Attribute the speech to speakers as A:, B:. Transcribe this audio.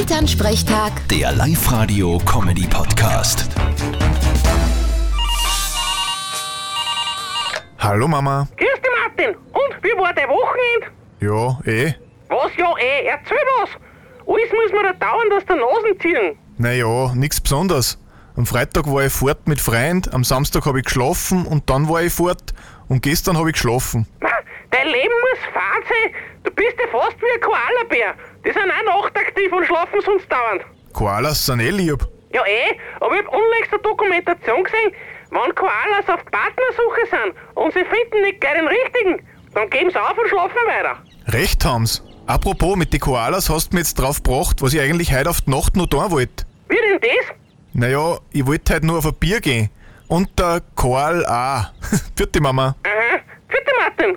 A: Elternsprechtag,
B: Der Live-Radio-Comedy-Podcast.
C: Hallo Mama.
D: Grüß dich, Martin. Und wie war dein Wochenende?
C: Ja, eh.
D: Was ja eh, erzähl was. Alles muss mir da dauern, dass der Nasen ziehen.
C: Naja, nix Besonderes. Am Freitag war ich fort mit Freund, am Samstag habe ich geschlafen und dann war ich fort und gestern habe ich geschlafen.
D: Na, Dein Leben muss fad sein. Du bist ja fast wie ein Koalabär. Die sind auch nachtaktiv und schlafen sonst dauernd.
C: Koalas sind eh lieb.
D: Ja eh, aber ich hab unlängst eine Dokumentation gesehen, wenn Koalas auf Partnersuche sind und sie finden nicht gleich den richtigen, dann geben sie auf und schlafen weiter.
C: Recht haben's. Apropos, mit den Koalas hast du mich jetzt drauf gebracht, was ich eigentlich heute auf die Nacht noch tun wollte.
D: Wie denn das?
C: Naja, ich wollte heute nur auf ein Bier gehen. Und der Koal auch. Vierte Mama.
D: Aha, bitte Martin.